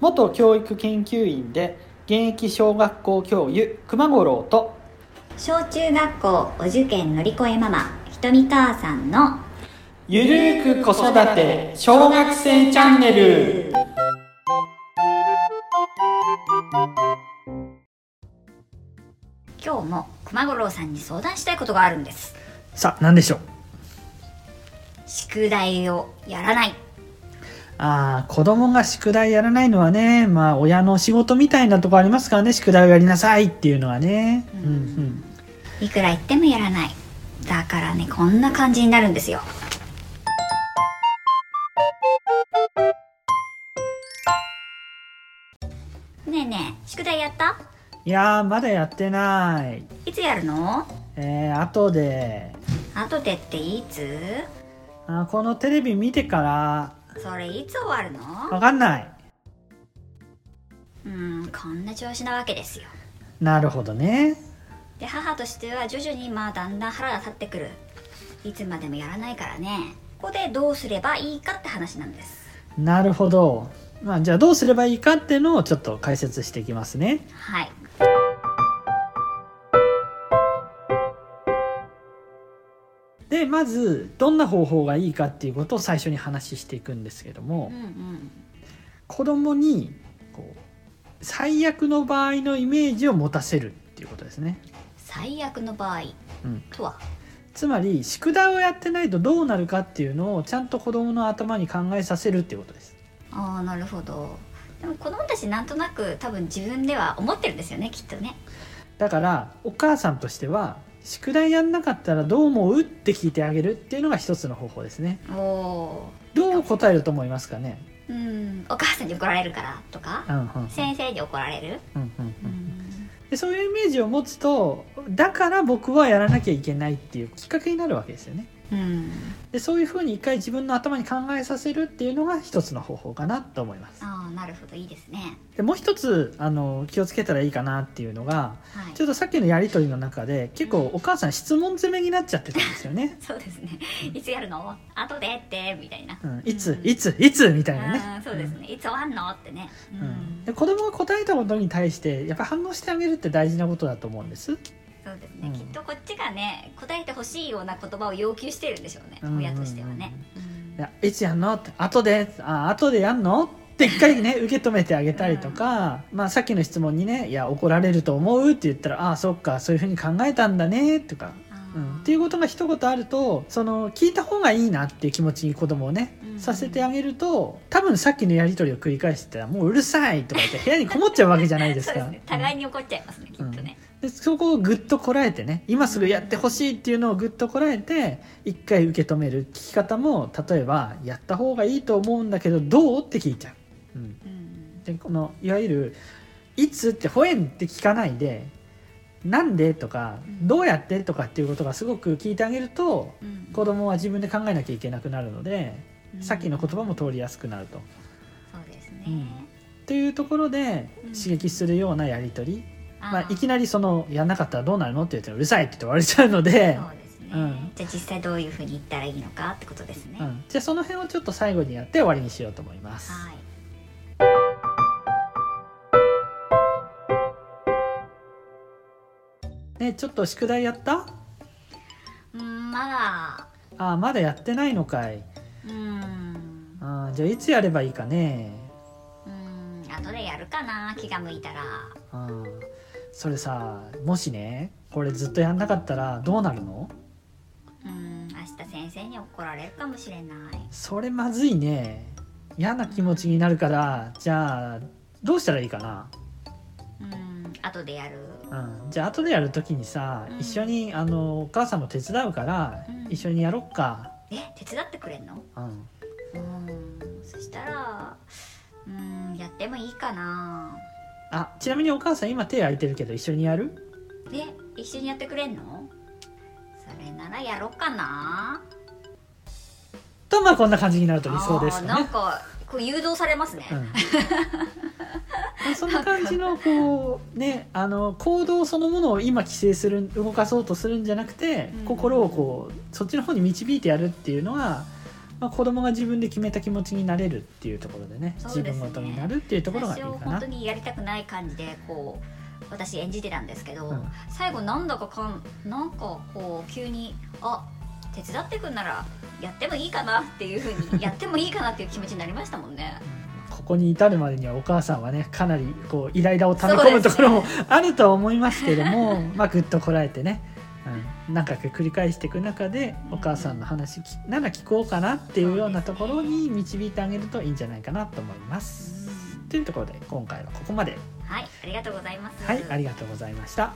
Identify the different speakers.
Speaker 1: 元教育研究員で現役小学校教諭熊五郎と
Speaker 2: 小中学校お受験乗り越えママひとみ母さんの
Speaker 1: ゆるーく子育て小学生チャンネル
Speaker 2: 今日も熊五郎さんに相談したいことがあるんです
Speaker 1: さあ何でしょう
Speaker 2: 宿題をやらない
Speaker 1: ああ子供が宿題やらないのはねまあ親の仕事みたいなとこありますからね宿題をやりなさいっていうのはねうんうん
Speaker 2: いくら言ってもやらないだからねこんな感じになるんですよねえねえ宿題やった
Speaker 1: いやーまだやってない
Speaker 2: いつやるの
Speaker 1: えー、後で
Speaker 2: 後でっていつ
Speaker 1: あーこのテレビ見てから
Speaker 2: それいつ終わるの
Speaker 1: わかんない
Speaker 2: うんこんな調子なわけですよ
Speaker 1: なるほどね
Speaker 2: で母としては徐々にまあだんだん腹が立ってくるいつまでもやらないからねここでどうすればいいかって話なんです
Speaker 1: なるほど、まあ、じゃあどうすればいいかっていうのをちょっと解説していきますね
Speaker 2: はい
Speaker 1: でまずどんな方法がいいかっていうことを最初に話していくんですけども、
Speaker 2: うんうん
Speaker 1: 子供にこう最悪の場合のイメージを持たせるっていうことですね、
Speaker 2: 最悪の場合
Speaker 1: うん、
Speaker 2: とは
Speaker 1: つまり宿題をやってないとどうなるかっていうのをちゃんと子供の頭に考えさせるっていうことです
Speaker 2: ああなるほどでも子供たちなんとなく多分自分では思ってるんですよねきっとね
Speaker 1: だからお母さんとしては宿題やんなかったらどう思うって聞いてあげるっていうのが一つの方法ですね
Speaker 2: おお
Speaker 1: どう答えると思いますかね
Speaker 2: ーうんお母さんに怒られるからとか
Speaker 1: うんうんうん
Speaker 2: 先生に怒られる
Speaker 1: うんうん
Speaker 2: う
Speaker 1: うん
Speaker 2: ん
Speaker 1: でそういうイメージを持つとだから僕はやらなきゃいけないっていうきっかけになるわけですよね
Speaker 2: うん
Speaker 1: でそういうふうに一回自分の頭に考えさせるっていうのが一つの方法かなと思います
Speaker 2: ああなるほどいいですね
Speaker 1: でもう一つあの気をつけたらいいかなっていうのが
Speaker 2: はい
Speaker 1: ちょっとさっきのやり取りの中で結構お母さん質問攻めになっちゃってたんですよ ね
Speaker 2: そうですねいつやるの後でってみたいな
Speaker 1: うん、いつ
Speaker 2: うん
Speaker 1: いついつみたいな
Speaker 2: あ
Speaker 1: ね
Speaker 2: ーそうですね、いつ終わんのってね、う
Speaker 1: うん
Speaker 2: ん
Speaker 1: で子供が答えたことに対してやっぱ反応してあげるって大事なことだと思うんです
Speaker 2: そうです
Speaker 1: う
Speaker 2: ね、
Speaker 1: ん
Speaker 2: きっとこっちがね答えてほしいような言葉を要求してるんでしょうね、
Speaker 1: うん
Speaker 2: 親としてはね、うん
Speaker 1: いやいつやんのって後であ後でやんのって一回 ね受け止めてあげたりとか、まあ、さっきの質問にね「いや怒られると思う?」って言ったら「ああそっかそういうふうに考えたんだね」とか、
Speaker 2: あー
Speaker 1: うん、っていうことが一言あるとその聞いた方がいいなっていう気持ちに子供をね
Speaker 2: うん
Speaker 1: させてあげると多分さっきのやり取りを繰り返してたら「もううるさい」とか言って部屋にこもっちゃうわけじゃないです
Speaker 2: そう
Speaker 1: か。
Speaker 2: ですね互いに怒っちゃいますね、きっとね、
Speaker 1: でそこをぐっとこらえてね今すぐやってほしいっていうのをぐっとこらえて一回受け止める聞き方も例えばやった方がいいと思うんだけどどうって聞いちゃう、うん、
Speaker 2: うん
Speaker 1: でこのいわゆる「いつ?」って「ほえん」って聞かないで「なんで?」とか「
Speaker 2: うん
Speaker 1: どうやって?」とかっていうことがすごく聞いてあげると
Speaker 2: うん
Speaker 1: 子供は自分で考えなきゃいけなくなるのでさっきの言葉も通りやすくなると。
Speaker 2: そうですね、
Speaker 1: うんというところで
Speaker 2: うん
Speaker 1: 刺激するようなやり取り
Speaker 2: あー
Speaker 1: まあ、いきなりそのやんなかったらどうなるのって言ってうるさいって言って終われちゃうので
Speaker 2: そうですね、
Speaker 1: うん
Speaker 2: じゃあ実際どういうふうに言ったらいいのかってことですね、
Speaker 1: う
Speaker 2: は
Speaker 1: ん、じゃあその辺をちょっと最後にやって終わりにしようと思います。
Speaker 2: い
Speaker 1: ねちょっと宿題やった
Speaker 2: うんま
Speaker 1: あーまだやってないのかい
Speaker 2: だうん
Speaker 1: あーじゃあいつやればいいかね
Speaker 2: うん後でやるかな気が向いたら
Speaker 1: あーそれさもしねこれずっとやんなかったらどうなるの
Speaker 2: うん明日先生に怒られるかもしれない
Speaker 1: それまずいね嫌な気持ちになるからじゃあどうしたらいいかな
Speaker 2: うん後でやる
Speaker 1: うん、じゃあ後でやるときにさ、
Speaker 2: うん
Speaker 1: 一緒にあのお母さんも手伝うから、
Speaker 2: うん
Speaker 1: 一緒にやろっか、
Speaker 2: え手伝ってくれんの
Speaker 1: うん、
Speaker 2: うんそしたらうんやってもいいかな
Speaker 1: あちなみにお母さん今手空いてるけど一緒にやる
Speaker 2: え一緒にやってくれんのそれならやろうかな
Speaker 1: とまあこんな感じになると理想です
Speaker 2: あーなん
Speaker 1: ね。
Speaker 2: かこう誘導されますね、
Speaker 1: うんまあそんな感じのこうねあの行動そのものを今規制する動かそうとするんじゃなくて、
Speaker 2: うん
Speaker 1: 心をこうそっちの方に導いてやるっていうのがまあ、子供が自分で決めた気持ちになれるっていうところでね
Speaker 2: そう
Speaker 1: 自
Speaker 2: ですね
Speaker 1: 分ごとになるっていうところがいいか
Speaker 2: 私を本
Speaker 1: な
Speaker 2: 当にやりたくない感じでこう私演じてたんですけど、
Speaker 1: うん
Speaker 2: 最後なんだかかんなんかこう急にあ手伝ってくんならやってもいいかなっていうふ うにやってもいいかなっていう気持ちになりましたもんね。
Speaker 1: ここに至るまでにはお母さんはねかなりこうイライラを溜め込むところもあるとは思いますけども、まあぐっとこらえてね、うん、何回か繰り返していく中で
Speaker 2: うん
Speaker 1: お母さんの話きなら聞こうかなっていうようなところに導いてあげるといいんじゃないかなと思います。というところで今回はここまで。
Speaker 2: はい、ありがとうございます。
Speaker 1: はい、ありがとうございました。